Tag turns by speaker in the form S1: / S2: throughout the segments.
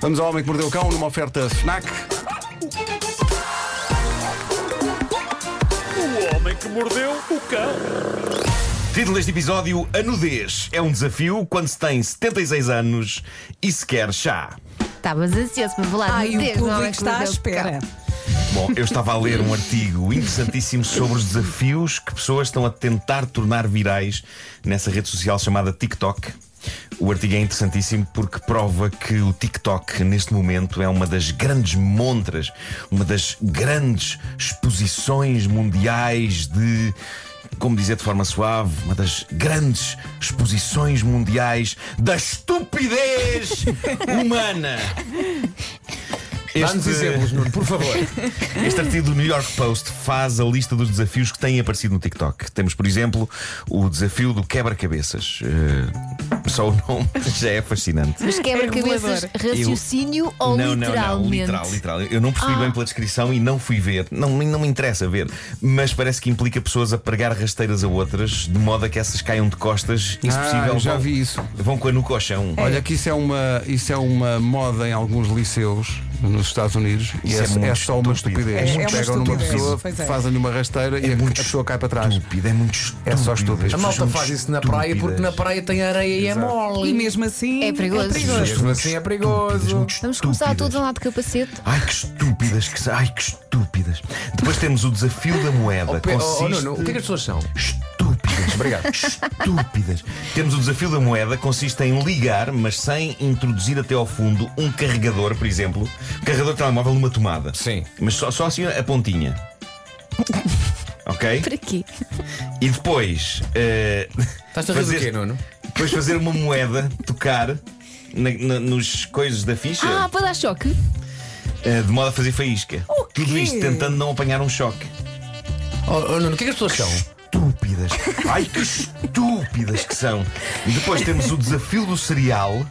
S1: Vamos ao Homem que Mordeu o Cão numa oferta FNAC.
S2: O homem que mordeu o cão.
S3: Título deste episódio: A nudez é um desafio quando se tem 76 anos e se quer chá.
S4: Estavas Tá, ansioso para falar
S5: Ai,
S4: de nudez,
S5: o
S4: não
S5: público
S4: é que
S5: está à
S4: mordeu o
S5: espera.
S4: cão.
S3: Bom, eu estava a ler um artigo interessantíssimo sobre os desafios que pessoas estão a tentar tornar virais nessa rede social chamada TikTok. O artigo é interessantíssimo porque prova que o TikTok, neste momento, é uma das grandes montras, uma das grandes exposições mundiais de. Como dizer de forma suave, uma das grandes exposições mundiais da estupidez humana.
S1: Dá-nos exemplos, Nuno, por favor.
S3: Este artigo do New York Post faz a lista dos desafios que têm aparecido no TikTok. Temos, por exemplo, o desafio do quebra-cabeças. Eh, só o nome já é fascinante.
S4: Mas quebra-cabeças, raciocínio ou
S3: não, não, não,
S4: literalmente?
S3: literal, literal. Eu não
S6: Ah.
S3: percebi bem pela descrição e não fui ver. Não, me- não me interessa ver. Mas parece que implica pessoas a pregar rasteiras a outras, de modo a que essas caiam de costas e, se
S1: Ah,
S3: possível,
S1: eu já
S3: vão,
S1: vi isso.
S3: vão com a nuca ao chão.
S1: Olha que isso é, uma, isso é uma moda em alguns liceus nos Estados Unidos e
S3: Isso
S1: é,
S3: é muito
S1: é só uma
S3: estúpido.
S1: estupidez.
S5: É, é uma
S1: Pegam numa
S5: estupidez,
S1: pessoa,
S5: pois é.
S1: fazem-lhe uma rasteira e a, a pessoa cai para trás.
S3: Estúpido, é muito estúpido.
S1: É só estúpido.
S6: A
S3: As
S6: malta
S3: pessoas
S6: faz
S3: são
S6: isso na praia porque na
S3: estúpidas.
S6: praia tem areia e é mole.
S5: E mesmo assim.
S4: É perigoso.
S6: Mesmo assim é perigoso.
S4: Vamos começar
S3: todos
S4: todos a andar de capacete.
S3: Ai que estúpidas que são. Ai que estúpidas. Depois temos o desafio da moeda.
S6: Oh, Pe- oh,
S3: consiste...
S6: oh, Nuno, o que é que as pessoas são?
S3: Estúpidas. Obrigado. Estúpidas. Temos o desafio da moeda, consiste em ligar, mas sem introduzir até ao fundo um carregador, por exemplo. Um carregador de telemóvel numa tomada.
S6: Sim.
S3: Mas só, só assim a pontinha. ok?
S4: Para quê?
S3: E depois. eh,
S6: Estás a rir do
S3: fazer...
S6: quê, Nuno?
S3: Depois fazer uma moeda tocar. na- na- nos coisas da ficha
S4: Ah, para dar choque?
S3: eh, de modo a fazer faísca.
S5: O
S3: Tudo
S5: quê?
S3: isto tentando não apanhar um choque.
S6: Oh, oh, Nuno, o que é que as pessoas são?
S3: Estúpidas. Ai, que estúpidas que são. E depois temos o desafio do cereal,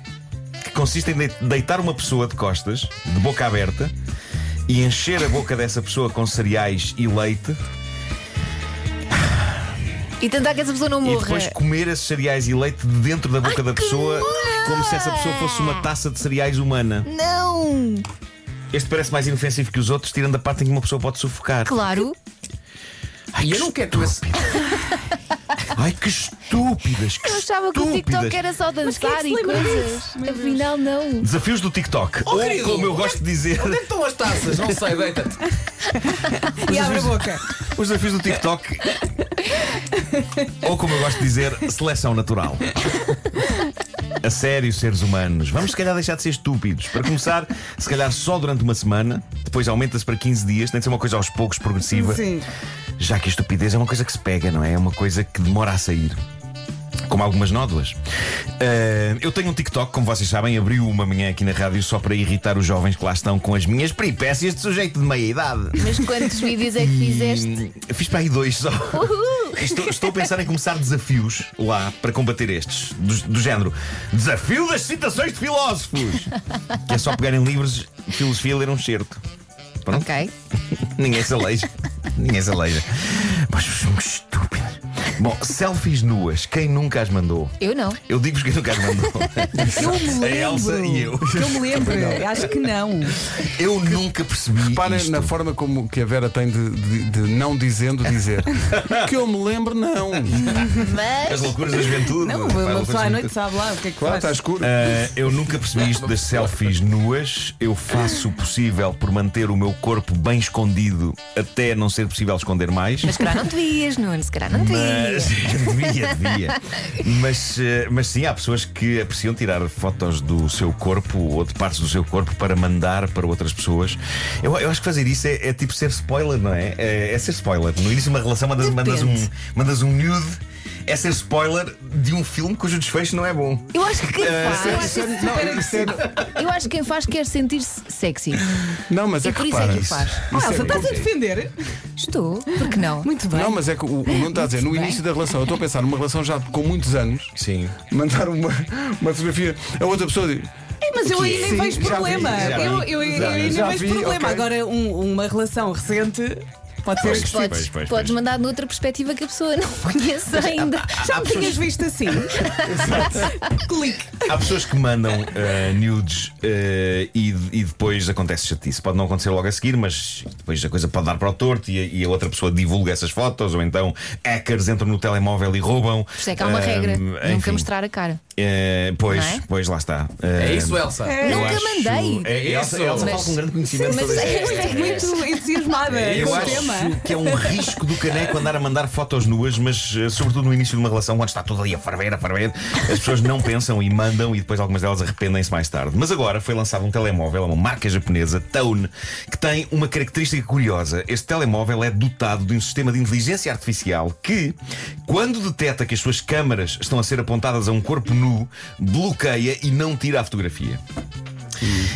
S3: que consiste em de- deitar uma pessoa de costas, de boca aberta, e encher a boca dessa pessoa com cereais e leite,
S4: E tentar que essa pessoa não morra.
S3: e depois comer esses cereais e leite de dentro da boca da pessoa,
S4: nojo!
S3: como se essa pessoa fosse uma taça de cereais humana.
S4: Não!
S3: Este parece mais inofensivo que os outros, tirando a parte em que uma pessoa pode sufocar.
S4: Claro.
S3: Ai,
S6: E
S3: que
S6: eu não quero tu esse-
S3: Ai, que estúpidas! Que
S4: Eu achava que o TikTok
S3: estúpidas.
S4: era só dançar e coisas. Afinal, não.
S3: Desafios do TikTok.
S6: Oh,
S3: Ou,
S6: querido,
S3: como eu gosto de dizer,
S6: Onde é que estão as taças? Não sei, deita-te.
S5: E abre a boca.
S3: os desafios do TikTok. Ou, como eu gosto de dizer, seleção natural. A sério, seres humanos, vamos se calhar deixar de ser estúpidos. Para começar, se calhar só durante uma semana, depois aumenta-se para 15 dias, tem de ser uma coisa aos poucos progressiva.
S5: Sim.
S3: Já que a estupidez é uma coisa que se pega, não é? É uma coisa que demora a sair. Como algumas nódoas. Ah, eu tenho um TikTok, como vocês sabem, abri uma manhã aqui na rádio só para irritar os jovens que lá estão com as minhas peripécias de sujeito de meia idade.
S4: Mas quantos vídeos é que fizeste?
S3: E Fiz para aí dois só. Estou, estou a pensar em começar desafios lá para combater estes. Do, do género: Desafio das citações de filósofos. que é só pegarem livros de filosofia e ler um certo. Pronto.
S4: Ok.
S3: Ninguém se aleija. Ninguém se aleija. Mas são estúpidas. Bom, selfies nuas, quem nunca as mandou?
S4: Eu não.
S3: Eu digo-vos quem nunca as mandou.
S5: Eu me lembro.
S3: A Elsa e eu.
S5: Eu me lembro. Acho que não.
S3: Eu nunca percebi.
S1: Reparem
S3: isto.
S1: na forma como que a Vera tem de, de- de não dizendo dizer. que eu me lembro, não.
S3: As
S4: Mas.
S3: loucuras da juventude.
S5: Não,
S3: Pá,
S5: uma
S3: loucuras
S5: pessoa
S3: da
S5: à noite sabe lá o que é que
S1: Claro,
S5: faz.
S1: está escuro.
S3: Ah, eu nunca percebi isto das selfies nuas. Eu faço o possível por manter o meu corpo bem escondido até não ser possível esconder mais.
S4: Mas se calhar não devias, Nuno. Se calhar não
S3: Mas
S4: devias.
S3: devia, devia. Mas, eh, mas sim, há pessoas que apreciam tirar fotos do seu corpo ou de partes do seu corpo para mandar para outras pessoas. Eu, eu acho que fazer isso é, é tipo ser spoiler, não é? é? é ser spoiler. No início de uma relação mandas,
S4: Depende.
S3: mandas, um, mandas um nude. É ser spoiler de um filme cujo desfecho não é bom.
S4: Eu acho que quem
S3: eh,
S4: faz,
S1: Sério, não, isso é-
S4: eu acho que quem faz quer sentir-se sexy.
S3: Hum.
S1: não, mas
S4: E
S1: é que
S4: por isso é
S1: repara.
S4: que o faz.
S5: Ah,
S1: Isso é-
S5: Elsa, estás a defender?
S4: Estou, porque não?
S5: Muito bem.
S1: Não, mas é que o, o Nuno está a dizer, no
S5: Muito
S1: início da relação, eu estou a pensar numa relação já com muitos anos,
S3: Sim.
S1: mandar uma, uma fotografia a outra pessoa diz,
S5: Mas eu aí nem
S1: Sim,
S5: vejo
S1: já vi,
S5: problema.
S3: já vi.
S5: Eu eu- eu
S3: Já
S5: aí nem
S1: já
S5: vejo
S1: vi,
S5: problema.
S1: ok.
S5: Agora, um- uma relação recente. Pode ser
S3: Pois,
S5: agressivo.
S4: Podes,
S3: pois, pois. ah,
S4: podes mandar noutra perspectiva que a pessoa não conhece ainda.
S5: Já me
S3: é
S5: tinhas visto assim? Clique.
S3: Há pessoas que mandam eh, nudes eh, e, e depois acontece chatice. Pode não acontecer logo a seguir, mas depois a coisa pode dar para o torto e, a- e a outra pessoa divulga essas fotos, ou então hackers entram no telemóvel e roubam. Eh,
S4: Por isso é que há uma regra: nunca mostrar a cara.
S3: pois,
S4: Não é?
S3: pois lá está.
S6: É
S3: Eh,
S6: isso, Elsa.
S3: eu
S4: Nunca
S3: acho-
S4: mandei.
S3: É, Elsa,
S6: Isso,
S3: Elsa
S4: mas-
S3: fala com grande conhecimento
S4: mas
S3: sobre
S4: é-
S3: isto.
S5: Estou muito entusiasmada
S3: Eu
S5: com o
S3: acho
S5: tema.
S3: que é um risco do caneco andar a mandar fotos nuas, mas eh, sobretudo no início de uma relação, quando está tudo ali a ferver, a ferver, as pessoas não pensam e mandam e depois algumas delas arrependem-se mais tarde. Mas agora foi lançado um telemóvel, a uma marca japonesa, Tone, que tem uma característica curiosa. Este telemóvel é dotado de um sistema de inteligência artificial que, quando detecta que as suas câmaras estão a ser apontadas a um corpo nu, bloqueia e não tira a fotografia.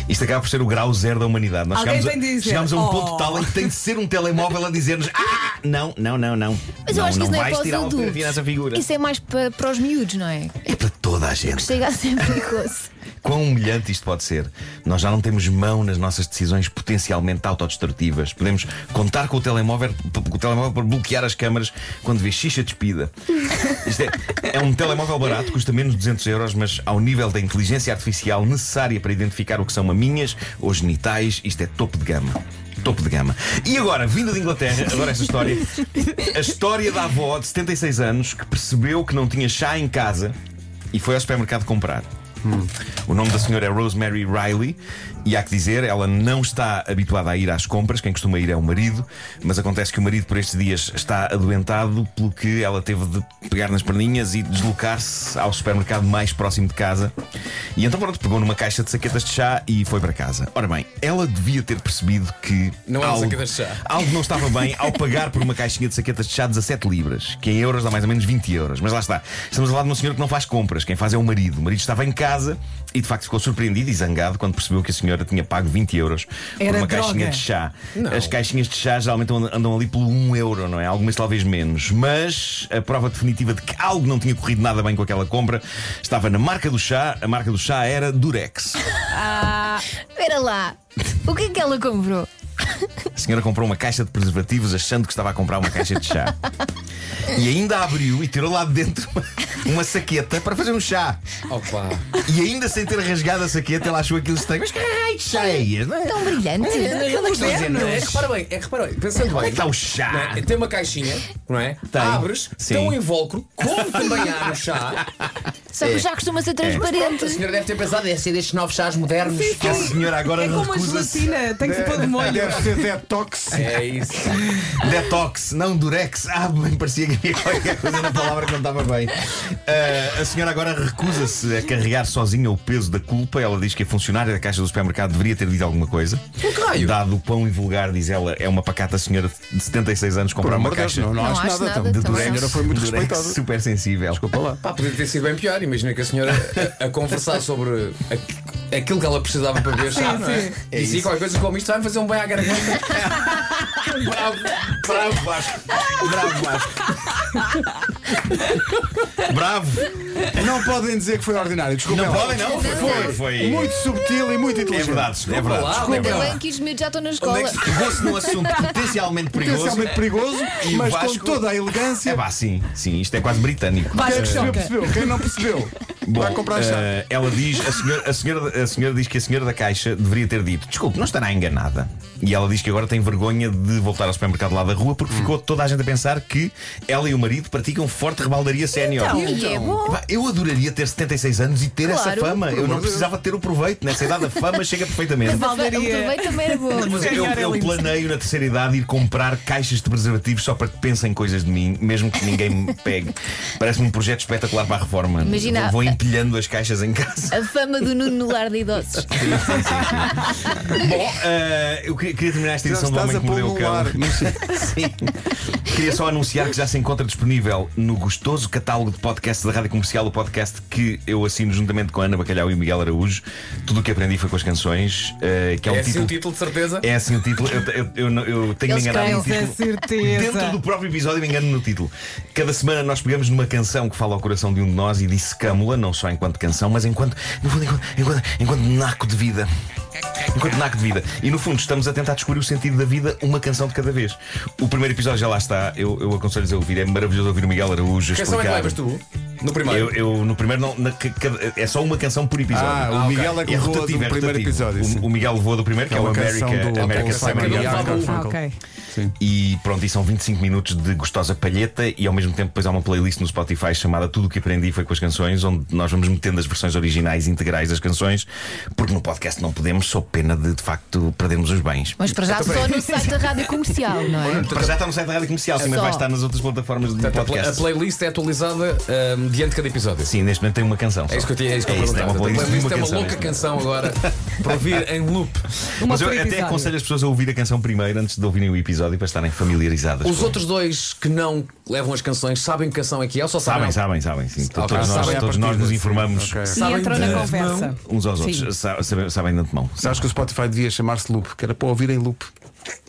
S3: Isto acaba por ser o grau zero da humanidade. Nós
S5: Alguém
S3: chegámos
S5: tem de
S3: a,
S5: dizer,
S3: chegámos a um
S5: "Oh."
S3: ponto tal em que tem de ser um telemóvel a dizer-nos: Ah, não, não, não, não.
S4: Mas
S3: não,
S4: eu acho que
S3: não
S4: isso não é
S3: vais
S4: para os
S3: tirar uma fotografia
S4: adultos.
S3: nessa figura.
S4: Isso é mais para, para os miúdos, não é?
S3: É para toda a gente.
S4: Chega a ser perigoso.
S3: Quão humilhante isto pode ser. Nós já não temos mão nas nossas decisões potencialmente autodestrutivas. Podemos contar com o telemóvel, com o telemóvel para bloquear as câmaras quando vê xixa despida. Isto é, é um telemóvel barato, custa menos de 200 euros, mas ao nível da inteligência artificial necessária para identificar o que são maminhas ou genitais, isto é topo de gama. Topo de gama. E agora, vinda de Inglaterra, agora esta história. A história da avó de 76 anos que percebeu que não tinha chá em casa e foi ao supermercado comprar. O nome da senhora é Rosemary Riley e há que dizer, ela não está habituada a ir às compras, quem costuma ir é o marido, mas acontece que o marido por estes dias está adoentado, pelo que ela teve de pegar nas perninhas e deslocar-se ao supermercado mais próximo de casa. E então pronto, pegou numa caixa de saquetas de chá e foi para casa. Ora bem, ela devia ter percebido que
S6: Não há
S3: algo,
S6: saquetas de chá.
S3: algo não estava bem ao pagar por uma caixinha de saquetas de chá 17 libras, que em euros dá mais ou menos 20 euros. Mas lá está. Estamos a falar de uma senhora que não faz compras, quem faz é o marido. O marido estava em casa e de facto ficou surpreendido e zangado quando percebeu que a senhora tinha pago 20 euros por
S5: Era
S3: uma
S5: droga.
S3: caixinha de chá. As caixinhas de chá geralmente andam- andam ali pelo 1 euro, não é? Algumas talvez menos. Mas a prova definitiva de que algo não tinha corrido nada bem com aquela compra estava na marca do chá. A marca do chá era Durex.
S4: Espera lá. O que é que ela comprou?
S3: A senhora comprou uma caixa de preservativos achando que estava a comprar uma caixa de chá. e ainda abriu e tirou lá de dentro uma, uma saqueta para fazer um chá.
S6: Opa.
S3: E ainda sem ter rasgado a saqueta, ela achou aquilo estranho. Mas que raio de chá é este? não é?
S6: Então,
S4: Tão brilhante.
S6: Não estou a dizer, não é?
S5: modernos.
S6: Repara bem, é, repara bem, pensando
S3: Onde é
S6: bem.
S3: que está o
S6: não
S3: chá?
S6: é? Tem uma caixinha, não é?
S3: Tem.
S6: Abres,
S3: Sim.
S6: tem um invólucro, como também há no chá.
S4: Só
S3: É.
S4: que já costuma ser transparente.
S6: A senhora deve ter pensado, deve ser destes novos chás modernos.
S3: Que a senhora agora
S5: É como a
S3: recusa-se. É.
S5: gelatina, tem que se pôr de molho.
S1: Deve ser detox.
S6: É isso.
S3: Detox, não durex. Ah, bem, parecia que havia qualquer coisa na palavra que não estava bem. Ah, a senhora agora recusa-se a carregar sozinha o peso da culpa. Ela diz que a funcionária da caixa do supermercado deveria ter dito alguma coisa.
S6: O que raio?
S3: Dado o pão e vulgar, diz ela, é uma pacata senhora de 76 anos
S1: Por
S3: comprar uma
S1: amor de Deus,
S3: caixa
S1: não, não,
S4: Não
S1: acho
S4: acho
S1: nada.
S4: nada,
S1: de
S4: também
S1: Durex.
S4: não.
S1: A senhora foi muito
S3: Durex
S1: respeitada.
S3: super sensível.
S1: Desculpa lá.
S6: Pá, podia ter sido bem pior. Imagina que a senhora a, a conversar sobre aqu- aquilo que ela precisava para ver chá,
S5: Sim,
S6: não é?
S5: sim.
S3: É
S6: Dizia
S3: isso.
S6: qualquer coisa como isto vai fazer um bem à garganta.
S3: Bravo, bravo Vasco. Bravo Vasco. bravo.
S1: Não podem dizer que foi ordinário. Desculpa.
S3: Não
S1: lá.
S3: podem, não? Foi. Foi. foi.
S1: Muito subtil e muito
S3: É
S1: inteligente.
S3: verdade, é verdade.
S6: lá,
S3: Desculpa.
S6: onde é que
S4: Ainda
S6: lá.
S4: bem que os miúdos já estão
S3: Onde
S4: na
S3: é
S4: escola.
S3: que se pegou-se num assunto potencialmente perigoso?
S1: Potencialmente perigoso,
S3: E o
S1: mas
S3: Vasco-
S1: com toda a
S3: É
S1: elegância.
S3: pá, sim, sim, isto é quase britânico.
S5: Vai,
S1: Quem é que percebeu,
S5: choca.
S1: percebeu. Quem não percebeu, vai comprar chá.
S3: eh, ela diz, a senhora, a, senhora, a senhora diz que a senhora da caixa deveria ter dito: desculpe, não estará enganada. E ela diz que agora tem vergonha de voltar ao supermercado lá da rua porque
S4: Hum.
S3: ficou toda a gente a pensar que ela e o marido praticam forte rebaldaria sénior.
S4: E é bom.
S3: Pá, Eu adoraria ter 76 anos e ter essa
S4: Claro,
S3: fama. Eu não precisava ter o proveito. Nessa idade a fama chega perfeitamente.
S5: Valdaria.
S4: O proveito também era bom.
S3: Mas eu,
S5: Ganhar é
S3: eu
S5: lindo.
S3: planeio na terceira idade ir comprar caixas de preservativos só para que pensem coisas de mim, mesmo que ninguém me pegue. Parece-me um projeto espetacular para a reforma.
S4: Imagina-
S3: Vou, vou empilhando as caixas em casa.
S4: A fama do Nuno no lar de idosos.
S3: Bom, eh, eu queria, queria terminar esta
S1: Já
S3: edição do
S1: estás
S3: Homem
S1: a
S3: que Mordeu o
S1: pôr no
S3: Cão.
S1: ar.
S3: Sim. Queria só anunciar que já se encontra disponível no gostoso catálogo de podcasts da Rádio Comercial, o podcast que eu assino juntamente com a Ana Bacalhau e o Miguel Araújo. Tudo o que aprendi foi com as canções, eh, que é um
S6: É assim
S3: título.
S6: o título, de certeza.
S3: É assim o título. Eu, eu- eu não- eu tenho
S4: Eles
S3: me enganado no
S4: querem
S5: É
S3: título. Dentro do
S5: certeza.
S3: próprio episódio, me engano no título. Cada semana nós pegamos numa canção que fala ao coração de um de nós e dissecamos-la, não, não só enquanto canção, mas enquanto, no fundo, enquanto, enquanto, enquanto naco de vida. Enquanto naco de vida. E no fundo, estamos a tentar descobrir o sentido da vida uma canção de cada vez. O primeiro episódio já lá está, eu, eu aconselho-vos a ouvir. É maravilhoso ouvir o Miguel Araújo a
S6: Que canção é que
S3: explicar.
S6: levas tu? No
S3: Eu,
S6: primeiro.
S3: eu, no primeiro não, na- ca- cada- é só uma canção por episódio.
S1: Ah, o
S6: ok.
S1: Miguel é que levou a do
S3: rotativo, é
S1: primeiro
S3: rotativo.
S1: episódio. sim.
S3: O, o Miguel levou a do primeiro, que é, o
S1: uma
S3: America,
S1: canção do
S3: America
S1: Simon
S3: Simon
S1: Young.
S3: Young.
S5: Ah, ok.
S1: Sim.
S3: E pronto, e são 25 minutos de gostosa palheta e ao mesmo tempo depois há uma playlist no Spotify chamada Tudo o que aprendi foi com as canções, onde nós vamos metendo as versões originais integrais das canções, porque no podcast não podemos, sou pena de de facto perdermos os bens.
S4: Mas para já só no site da rádio comercial, não é?
S3: Para já está no site da Rádio Comercial, sim, mas
S4: Só.
S3: vai estar nas outras plataformas de
S6: Portanto, a, pla- a
S3: podcast.
S6: playlist é atualizada ahm, diante de cada episódio.
S3: Sim, neste momento tem uma canção. só.
S6: É isso que eu tinha, é isso que eu
S3: É isso, tem
S6: perguntava.
S3: uma
S6: Portanto, A
S3: playlist de
S6: playlist
S3: uma
S6: é uma
S3: canção
S6: louca
S3: neste
S6: canção agora para ouvir em loop.
S5: Uma
S3: Mas eu
S5: por
S3: até
S5: episódio.
S3: aconselho as pessoas a ouvir a canção primeiro antes de ouvirem o episódio para estarem familiarizadas.
S6: Os
S3: com-
S6: outros dois que não levam as canções sabem que canção é que é ou só
S3: sabem,
S6: sabem?
S3: sabem, sabem, sim.
S6: Ah, ok.
S3: Todos, nós,
S1: Sabem à
S3: todos nós
S1: partida,
S3: nos
S1: sim.
S3: informamos
S1: Ok.
S5: E
S6: Sabem
S5: entrou
S6: de-
S5: na conversa.
S3: uns aos
S5: Sim.
S3: outros, Sa- sabem, sabem de antemão.
S1: Acho que o Spotify devia chamar-se Loop, que era para ouvir em Loop.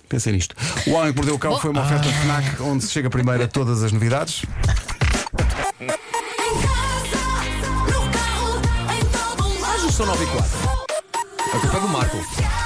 S1: Pensei nisto. O Homem que Mordeu o Cão foi uma oferta de FNAC onde se chega primeiro a todas as novidades.
S7: Em casa, no carro, em todo lado.
S6: São 9 e 4. A culpa um é do Marco.
S7: Yeah.